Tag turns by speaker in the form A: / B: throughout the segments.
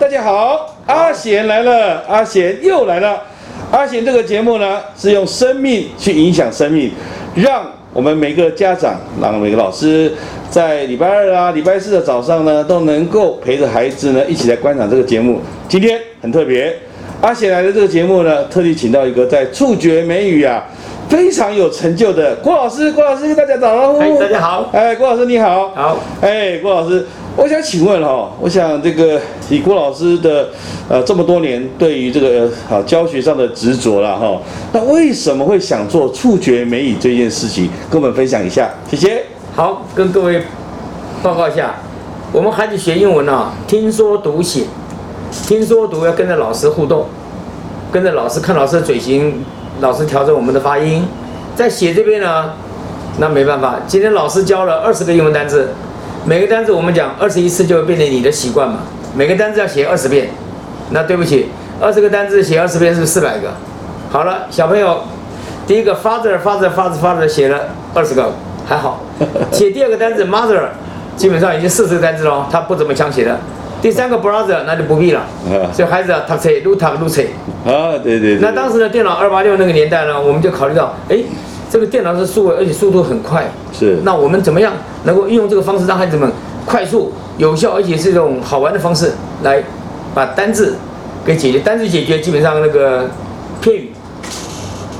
A: 大家好，阿贤来了，阿贤又来了。阿贤这个节目呢，是用生命去影响生命，让我们每个家长，让每个老师，在礼拜二啊、礼拜四的早上呢，都能够陪着孩子呢一起来观赏这个节目。今天很特别，阿贤来的这个节目呢，特地请到一个在触觉美语啊非常有成就的郭老师，郭老师跟大家打招呼。
B: 嗨大家好
A: 哎，郭老师你好。
B: 好，
A: 哎，郭老师，我想请问哈、哦，我想这个以郭老师的呃这么多年对于这个呃啊教学上的执着了哈、那为什么会想做触觉美语这件事情？跟我们分享一下，谢谢。
B: 好，跟各位报告一下，我们孩子学英文啊，听说读写，听说读要跟着老师互动，跟着老师看老师的嘴型，老师调整我们的发音。在写这边呢，那没办法，今天老师教了二十个英文单字，每个单字我们讲二十一次就会变成你的习惯嘛，每个单字要写二十遍。那对不起，二十个单字写二十遍是四百个。好了，小朋友，第一个 father father father father 写了二十个，还好。写第二个单字 mother，基本上已经四十个单字喽，他不怎么想写的。第三个 brother 那就不必了
A: 嗯，
B: 所以孩子啊，读册撸读撸册。
A: 啊，对对对。
B: 那当时的电脑二八六那个年代呢，我们就考虑到，哎，这个电脑是数位，而且速度很快。
A: 是
B: 那我们怎么样能够运用这个方式，让孩子们快速、有效，而且是一种好玩的方式来把单字给解决？单字解决，基本上那个片语，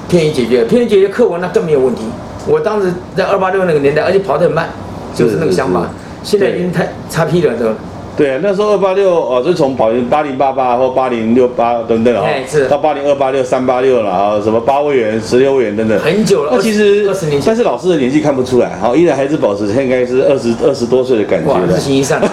B: 片语解决，片语解决课文那更没有问题。我当时在二八六那个年代，而且跑得很慢，就是那个想法。
A: 是是
B: 现在已经太差屁了，都。
A: 对，那时候二八六哦，就从保零八零八八或八零六八等等啊、
B: 哎是
A: 到八零二八六三八六了啊，什么八位元、十六位元等等，
B: 很久了
A: 那其实
B: 二十年前
A: 但是老师的年纪看不出来，好，依然还是保持应该是二十二十多岁的感觉
B: 哇，
A: 的
B: 日。行一善。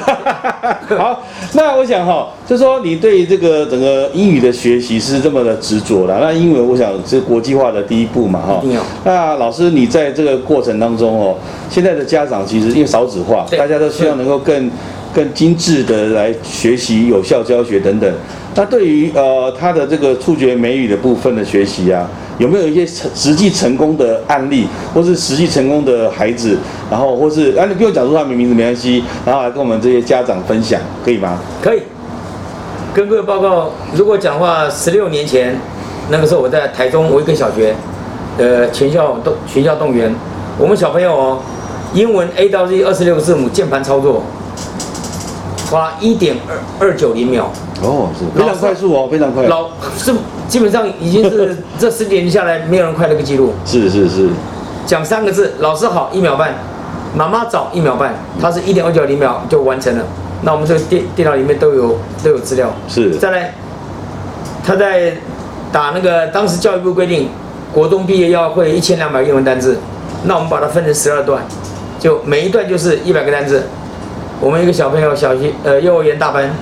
A: 好，那我想哈、就说你对于这个整个英语的学习是这么的执着了。那英文我想是国际化的第一步嘛哈、
B: 一定要
A: 那老师，你在这个过程当中哦，现在的家长其实因为少子化，
B: 对
A: 大家都希望能够更更精致的来学习有效教学等等。那对于呃他的这个触觉美语的部分的学习啊，有没有一些成实际成功的案例，或是实际成功的孩子，然后或是啊你不用讲出他们名字没关系，然后来跟我们这些家长分享，可以吗？
B: 可以。跟各位报告，如果讲话十六年前，那个时候我在台中维根小学，呃，全校动全校动员，我们小朋友哦，英文 A 到 Z 二十六个字母键盘操作，花一点二二九零秒，
A: 哦，是非常快速哦，非常快，
B: 老是基本上已经是这十几年下来没有人快那个记录。
A: 是是是，
B: 讲三个字，老师好一秒半，妈妈早一秒半，它是一点二九零秒就完成了。那我们这个电电脑里面都有都有资料。
A: 是
B: 再来，他在打那个当时教育部规定，国中毕业要会一千两百个英文单字，那我们把它分成十二段，就每一段就是一百个单字。我们一个小朋友小学呃幼儿园大班，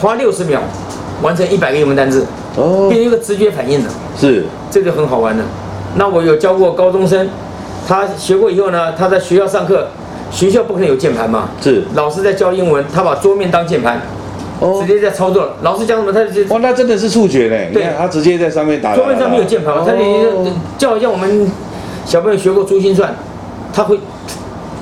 B: 花六十秒完成一百个英文单字，
A: 哦
B: 变，成一个直觉反应了。
A: 是
B: 这就很好玩了。那我有教过高中生，他学过以后呢，他在学校上课，学校不可能有键盘嘛，
A: 是
B: 老师在教英文，他把桌面当键盘，
A: 哦
B: 直。接在操作了。老师讲什么，他就
A: 哇，那真的是触觉嘞！你
B: 对
A: 看他直接在上面打。
B: 桌面上没有键盘嘛，他就
A: 哦
B: 就好像我们小朋友学过珠心算，他会，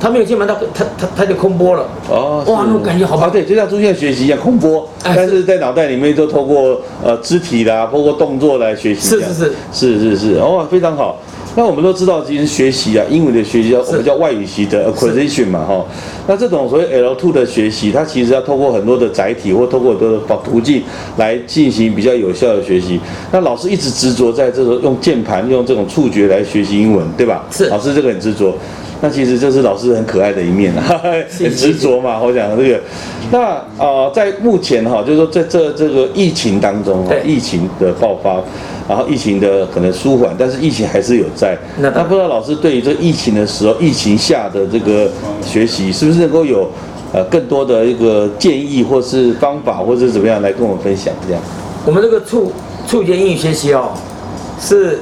B: 他没有键盘，他他他他就空播了。
A: 哦，
B: 哇
A: 是
B: 那种感觉好棒
A: 啊！对，就像出现学习一样，空播，
B: 哎嗯
A: 但是在脑袋里面都透过呃肢体啦，透过动作来学习这
B: 是
A: 样。
B: 是是，
A: 是是是，哦，非常好。那我们都知道，其实学习啊，英文的学习叫我们叫外语习的 acquisition 嘛，哈、那这种所谓 L two 的学习，它其实要透过很多的载体或透过很多的途径来进行比较有效的学习。那老师一直执着在这种用键盘、用这种触觉来学习英文，对吧？
B: 是
A: 老师这个很执着。那其实这是老师很可爱的一面啊，
B: 谢谢
A: 很执着嘛。我讲这个，那呃，在目前哈、就是说在这这个疫情当中、哈
B: 对
A: 疫情的爆发，然后疫情的可能舒缓，但是疫情还是有在。
B: 那当然
A: 不知道老师对于这疫情的时候，疫情下的这个学习，是不是能够有呃更多的一个建议，或是方法，或是怎么样来跟我们分享？这样
B: 我们这个触触觉英语学习哦，是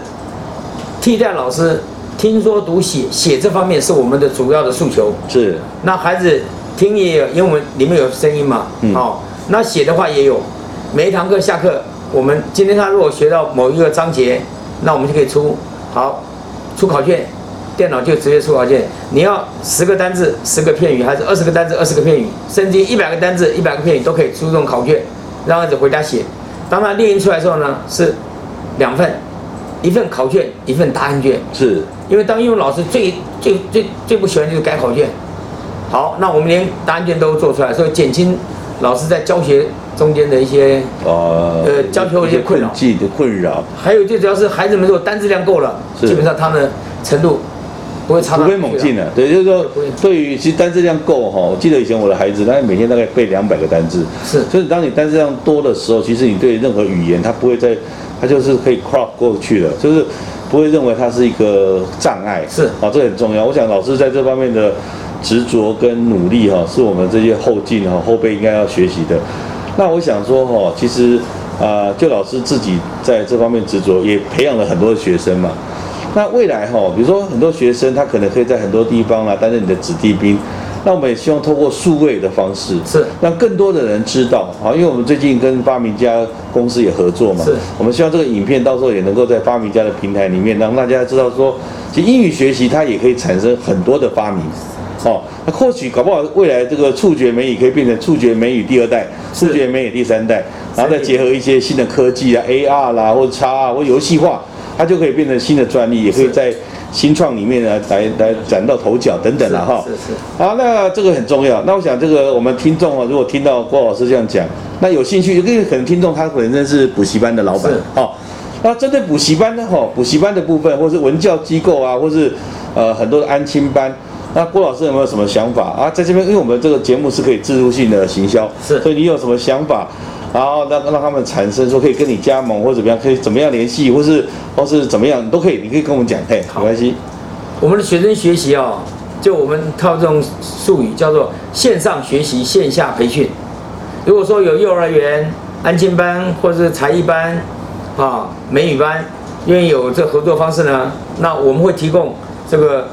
B: 替代老师听说读写写这方面是我们的主要的诉求。
A: 是
B: 那孩子听也有，因为我们里面有声音嘛，
A: 嗯
B: 哦，那写的话也有。每一堂课下课，我们今天他如果学到某一个章节，那我们就可以出好出考卷，电脑就直接出考卷。你要十个单字，十个片语，还是二十个单字，二十个片语，甚至一百个单字，一百个片语都可以出这种考卷。让儿子回家写。当他列印出来的时候呢，是两份，一份考卷，一份答案卷。
A: 是
B: 因为当英文老师最最最最不喜欢就是改考卷。好，那我们连答案卷都做出来，所以减轻老师在教学中间的一些
A: 呃
B: 呃教学有一些困扰
A: 自己的困扰，
B: 还有最主要是孩子们如果单质量够了，
A: 是
B: 基本上他们程度不会差到
A: 突
B: 哪里
A: 飞
B: 去
A: 猛
B: 了
A: 进的、对，就是说
B: 对不会
A: 对于其实单字量够哈，我记得以前我的孩子，他每天大概背两百个单字，
B: 是
A: 所以当你单字量多的时候，其实你对任何语言它不会再，它就是可以 cross 过去了，就是不会认为它是一个障碍，
B: 是
A: 啊，这很重要。我想老师在这方面的执着跟努力哈、哦是我们这些后进哈、后辈应该要学习的。那我想说哈、其实啊、呃就老师自己在这方面执着，也培养了很多的学生嘛。那未来哈、比如说很多学生他可能可以在很多地方啊担任你的子弟兵，那我们也希望透过数位的方式，
B: 是
A: 让更多的人知道啊，因为我们最近跟发明家公司也合作嘛，
B: 是
A: 我们希望这个影片到时候也能够在发明家的平台里面，让大家知道说，其实英语学习它也可以产生很多的发明。哦，那或许搞不好未来这个触觉美语可以变成触觉美语第二代，
B: 是
A: 触觉美语第三代，然后再
B: 是
A: 结合一些新的科技啊，AR 啦，或者 x 啊，或游戏化，它就可以变成新的专利，也可以
B: 是
A: 在新创里面呢啊来来崭到头角等等啦哈。
B: 是是
A: 好，那这个很重要。那我想，这个我们听众啊，如果听到郭老师这样讲，那有兴趣，因为可能听众他本身是补习班的老板
B: 是，
A: 哦。那针对补习班呢，哦，补习班的部分，或是文教机构啊，或是呃很多的安亲班，那郭老师有没有什么想法啊？在这边，因为我们这个节目是可以自入性的行销，
B: 是
A: 所以你有什么想法，然后让让他们产生说可以跟你加盟或怎么样，可以怎么样联系，或是或是怎么样，你都可以，你可以跟我们讲，嘿，没关系，
B: 我们的学生学习哦，就我们套这种术语叫做线上学习、线下培训。如果说有幼儿园、安亲班或是才艺班啊、美语班，愿意有这合作方式呢，那我们会提供这个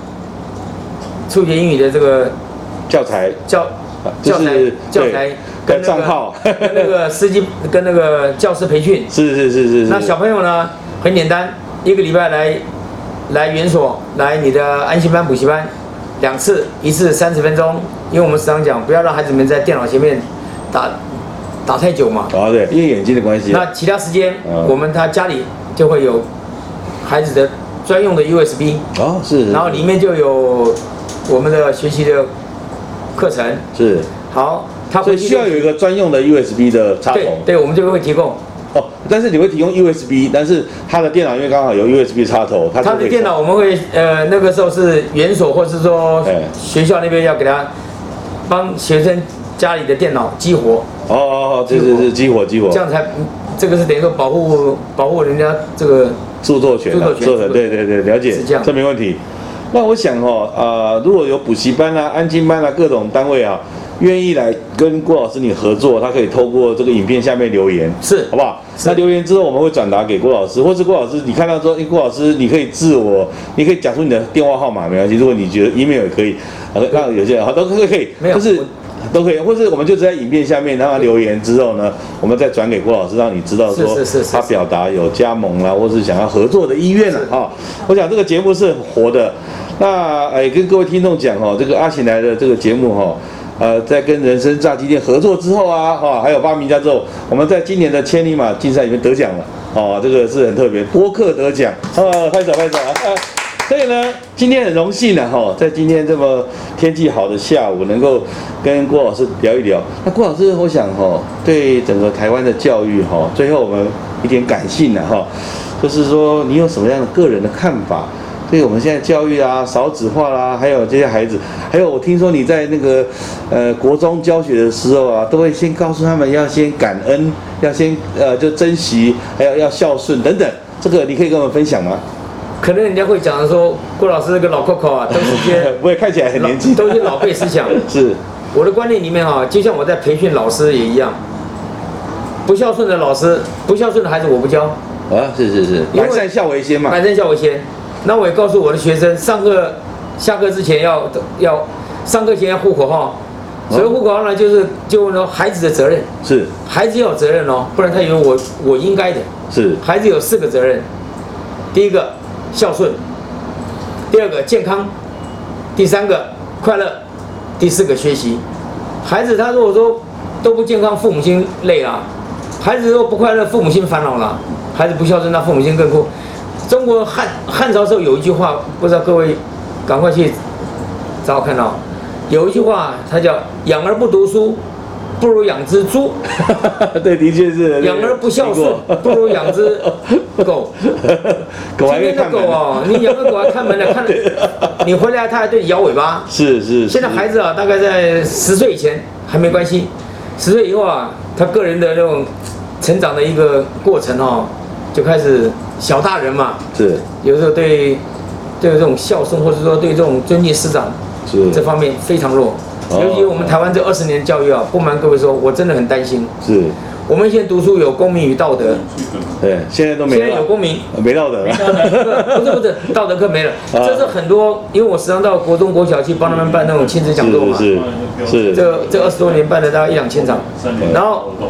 B: 触觉英语的这个
A: 教材
B: 教
A: 就
B: 教材
A: 是
B: 教
A: 对
B: 材
A: 跟
B: 跟那
A: 账
B: 个
A: 号
B: 跟那个司机跟那个教师培训。
A: 是是是是是。
B: 那小朋友呢，很简单，一个礼拜来来园所，来你的安心班、补习班两次，一次三十分钟，因为我们时常讲，不要让孩子们在电脑前面打打太久嘛。
A: 哦，对，因为眼睛的关系。
B: 那其他时间，
A: 嗯
B: 我们他家里就会有孩子的专用的 USB，
A: 哦，是。是
B: 然后里面就有我们的学习的课程。
A: 是，
B: 好，他
A: 所
B: 会
A: 以需要有一个专用的 USB 的插
B: 对
A: 头。
B: 对，我们这边会提供。
A: 哦，但是你会提供 USB，但是它的电脑因为刚好有 USB 插头，它就
B: 他
A: 可
B: 的
A: 以
B: 电脑我们会呃那个时候是园所或是说
A: 哎
B: 学校那边要给他帮学生家里的电脑激活，
A: 哦哦哦，对对对，激活激活
B: 这，样才这个是等于说保护保护人家这个
A: 著作权啊
B: 著作权
A: 作者
B: 著作权
A: 对对对，了解
B: 是这样
A: 没问题。那我想哦，呃，如果有补习班啊、安亲班啊各种单位啊，愿意来跟郭老师你合作，他可以透过这个影片下面留言，
B: 是
A: 好不好？
B: 是
A: 那留言之后我们会转达给郭老师，或是郭老师你看到说，哎，郭老师你可以自我，你可以讲出你的电话号码没关系，如果你觉得 email 也可以，呃让有些人好都可以可以，
B: 没有
A: 就是
B: 我。
A: 都可以，或是我们就在影片下面让他留言之后呢，我们再转给郭老师，让你知道说
B: 是是是是
A: 他表达有加盟啦，或是想要合作的意愿了哈、我想这个节目是很活的。那呃也跟各位听众讲哦，这个阿贤来的这个节目哈、呃，在跟人生炸鸡店合作之后啊，哈、还有发明家之后，我们在今年的千里马竞赛里面得奖了，哦，这个是很特别，播客得奖，哦，拍手拍手啊！所以呢，今天很荣幸呢，哈，在今天这么天气好的下午，能够跟郭老师聊一聊。那郭老师，我想哈，对整个台湾的教育哈，最后我们一点感性呢，哈，就是说你有什么样的个人的看法？对我们现在教育啊，少子化啦、还有这些孩子，还有我听说你在那个呃国中教学的时候啊，都会先告诉他们要先感恩，要先呃就珍惜，还有要孝顺等等。这个你可以跟我们分享吗？
B: 可能人家会讲说郭老师这个老 Coco 啊，都是一 些
A: 我也看起来很
B: 老
A: 年轻，
B: 都是一些老辈思想。
A: 是
B: 我的观念里面啊，就像我在培训老师也一样，不孝顺的老师，不孝顺的孩子我不教。
A: 啊，是是是，
B: 因为
A: 百善孝为先嘛，
B: 反正叫我先。那我也告诉我的学生，上课、下课之前要要，上课前要呼口号。所谓呼口号呢，就是就呢孩子的责任，
A: 是
B: 孩子要有责任哦，不然他以为我我应该的。
A: 是
B: 孩子有四个责任，第一个孝顺，第二个健康，第三个快乐，第四个学习。孩子他如果说都不健康，父母亲累了、啊孩子若不快乐，父母亲烦恼了；啊孩子不孝顺，那父母亲更苦。中国汉汉朝时候有一句话，不知道各位赶快去找看到，有一句话，它叫“养儿不读书，不如养只猪；
A: 对，的确是
B: 养儿不孝顺，不如养只狗。”
A: 狗还
B: 今
A: 没
B: 天的
A: 看
B: 狗
A: 门呢
B: 哦，你养个狗还看门呢，看你回来它还对你摇尾巴。
A: 是是，
B: 现在
A: 是
B: 孩子啊，大概在十岁以前还没关系，十岁以后啊，他个人的那种成长的一个过程哦，就开始小大人嘛，
A: 是
B: 有时候对对这种孝顺，或者说对这种尊敬师长
A: 是
B: 这方面非常弱。
A: 哦
B: 尤其我们台湾这二十年的教育啊，不瞒各位说，我真的很担心。
A: 是，
B: 我们现在读书有公民与道德，
A: 对，现在都没
B: 现在有
A: 了，
B: 公民，
A: 没道德了，
B: 不是不是，道德课没了。
A: 啊
B: 这是很多，因为我时常到国中、国小去帮他们办那种亲子讲座嘛。
A: 是是是，
B: 这这二十多年办了大概一两千场，然后
C: 啊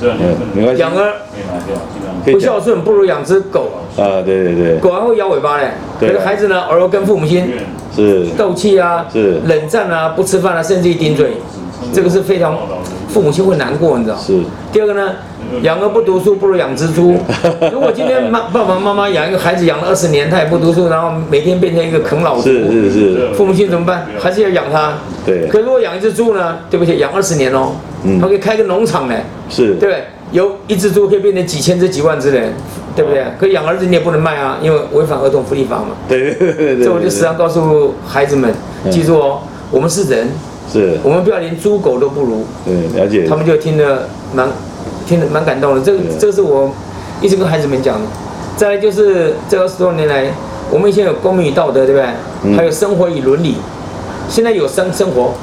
C: 这样
A: 嗯，没关系，
B: 养儿
C: 可以拿掉，基本上
A: 可以
B: 不
A: 讲
B: 孝顺不如养只狗，
A: 啊，对对对，
B: 狗还会摇尾巴嘞。可
A: 对啊
B: 是孩子呢，偶尔跟父母亲
C: 院
A: 是
B: 斗气啊
A: 是，
B: 冷战啊，不吃饭啊，甚至于顶嘴，这个是非常父母亲会难过，你知道。
A: 是
B: 第二个呢，养儿不读书不如养只猪。如果今天妈爸爸妈妈养一个孩子养了二十年，他也不读书，然后每天变成一个啃老族，
A: 是是是，
B: 父母亲怎么办？还是要养他。
A: 对
B: 可如果养一只猪呢？对不起，养二十年哦
A: 嗯，
B: 他可以开个农场呢，
A: 是
B: 对不对？有一只猪可以变成几千只、几万只嘞，对
A: 哦
B: 不对？可养儿子你也不能卖啊，因为违反儿童福利法嘛。
A: 对对对对对，
B: 这我就时啊常告诉孩子们
A: 嗯，
B: 记住哦，我们是人，
A: 是，
B: 我们不要连猪狗都不如。
A: 对，了解
B: 他，们就听得蛮听得蛮感动的。这个
A: 对
B: 这个是我一直跟孩子们讲的。再来就是这二十多年来，我们以前有公民与道德，对不对？
A: 嗯
B: 还有生活与伦理，现在有生生活，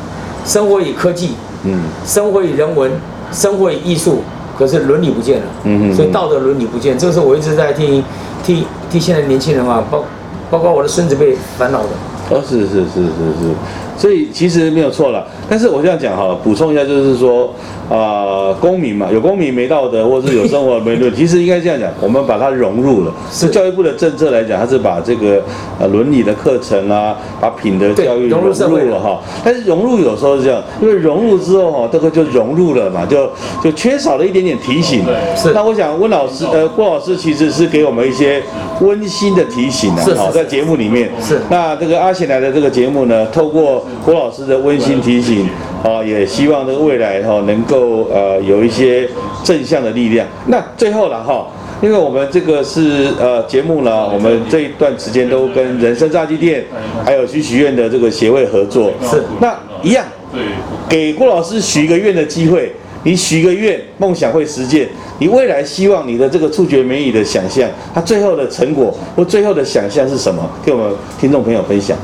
B: 生活与科技，
A: 嗯，
B: 生活与人文，生活与艺术，可是伦理不见了。
A: 嗯哼
B: 所以道德伦理不见，这是我一直在替替替现在年轻人啊，包包括我的孙子辈烦恼的。
A: 哦，是是是是是，所以其实没有错了。但是我这样讲好了，补充一下，就是说，啊，公民嘛，有公民没道德，或者是有生活没 论，其实应该这样讲，我们把它融入了。
B: 是
A: 就教育部的政策来讲，它是把这个呃伦理的课程啊，把品德
B: 对
A: 教育
B: 融入社会
A: 了哈。但是融入有时候是这样，因为融入之后哈，这个就融入了嘛，就就缺少了一点点提醒。
C: 对
B: 哦是
A: 那我想温老师，呃，郭老师其实是给我们一些温馨的提醒啊
B: 是，是
A: 好，
B: 是
A: 在节目里面
B: 是
A: 那这个阿贤来的这个节目呢，透过郭老师的温馨提醒，啊，也希望这个未来哈、能够呃有一些正向的力量。那最后了哈、因为我们这个是呃节目呢，我们这一段时间都跟人生炸鸡店还有许许愿的这个协会合作，
B: 是
A: 那一样
C: 对，
A: 给郭老师许一个愿的机会，你许一个愿，梦想会实践。你未来希望你的这个触觉美语的想象，它最后的成果或最后的想象是什么？给我们听众朋友分享。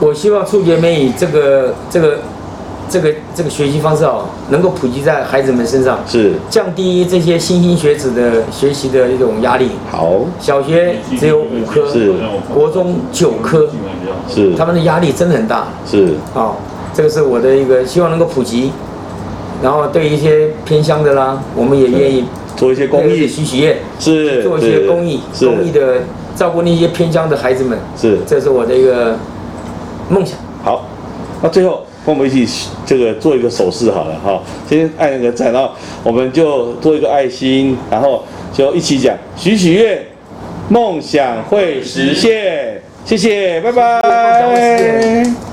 B: 我希望触觉美语这个这个这个这个学习方式哦，能够普及在孩子们身上，
A: 是
B: 降低这些新兴学子的学习的一种压力。
A: 好，
B: 小学哎只有五科，
A: 是
B: 国中九科，
A: 是
B: 他们的压力真的很大。
A: 是
B: 哦，这个是我的一个希望能够普及，然后对一些偏乡的啦，我们也愿意
A: 做一些公益，
B: 许许愿，
A: 是
B: 做一些
A: 对
B: 公益
A: 是
B: 公益的照顾那些偏乡的孩子们，
A: 是
B: 这是我的一个梦想。
A: 好。那最后跟我们一起这个做一个手势好了哈，先按一个赞，然后我们就做一个爱心，然后就一起讲许许愿，梦想会实现。谢谢，拜
B: 梦想会实
A: 拜
B: 现。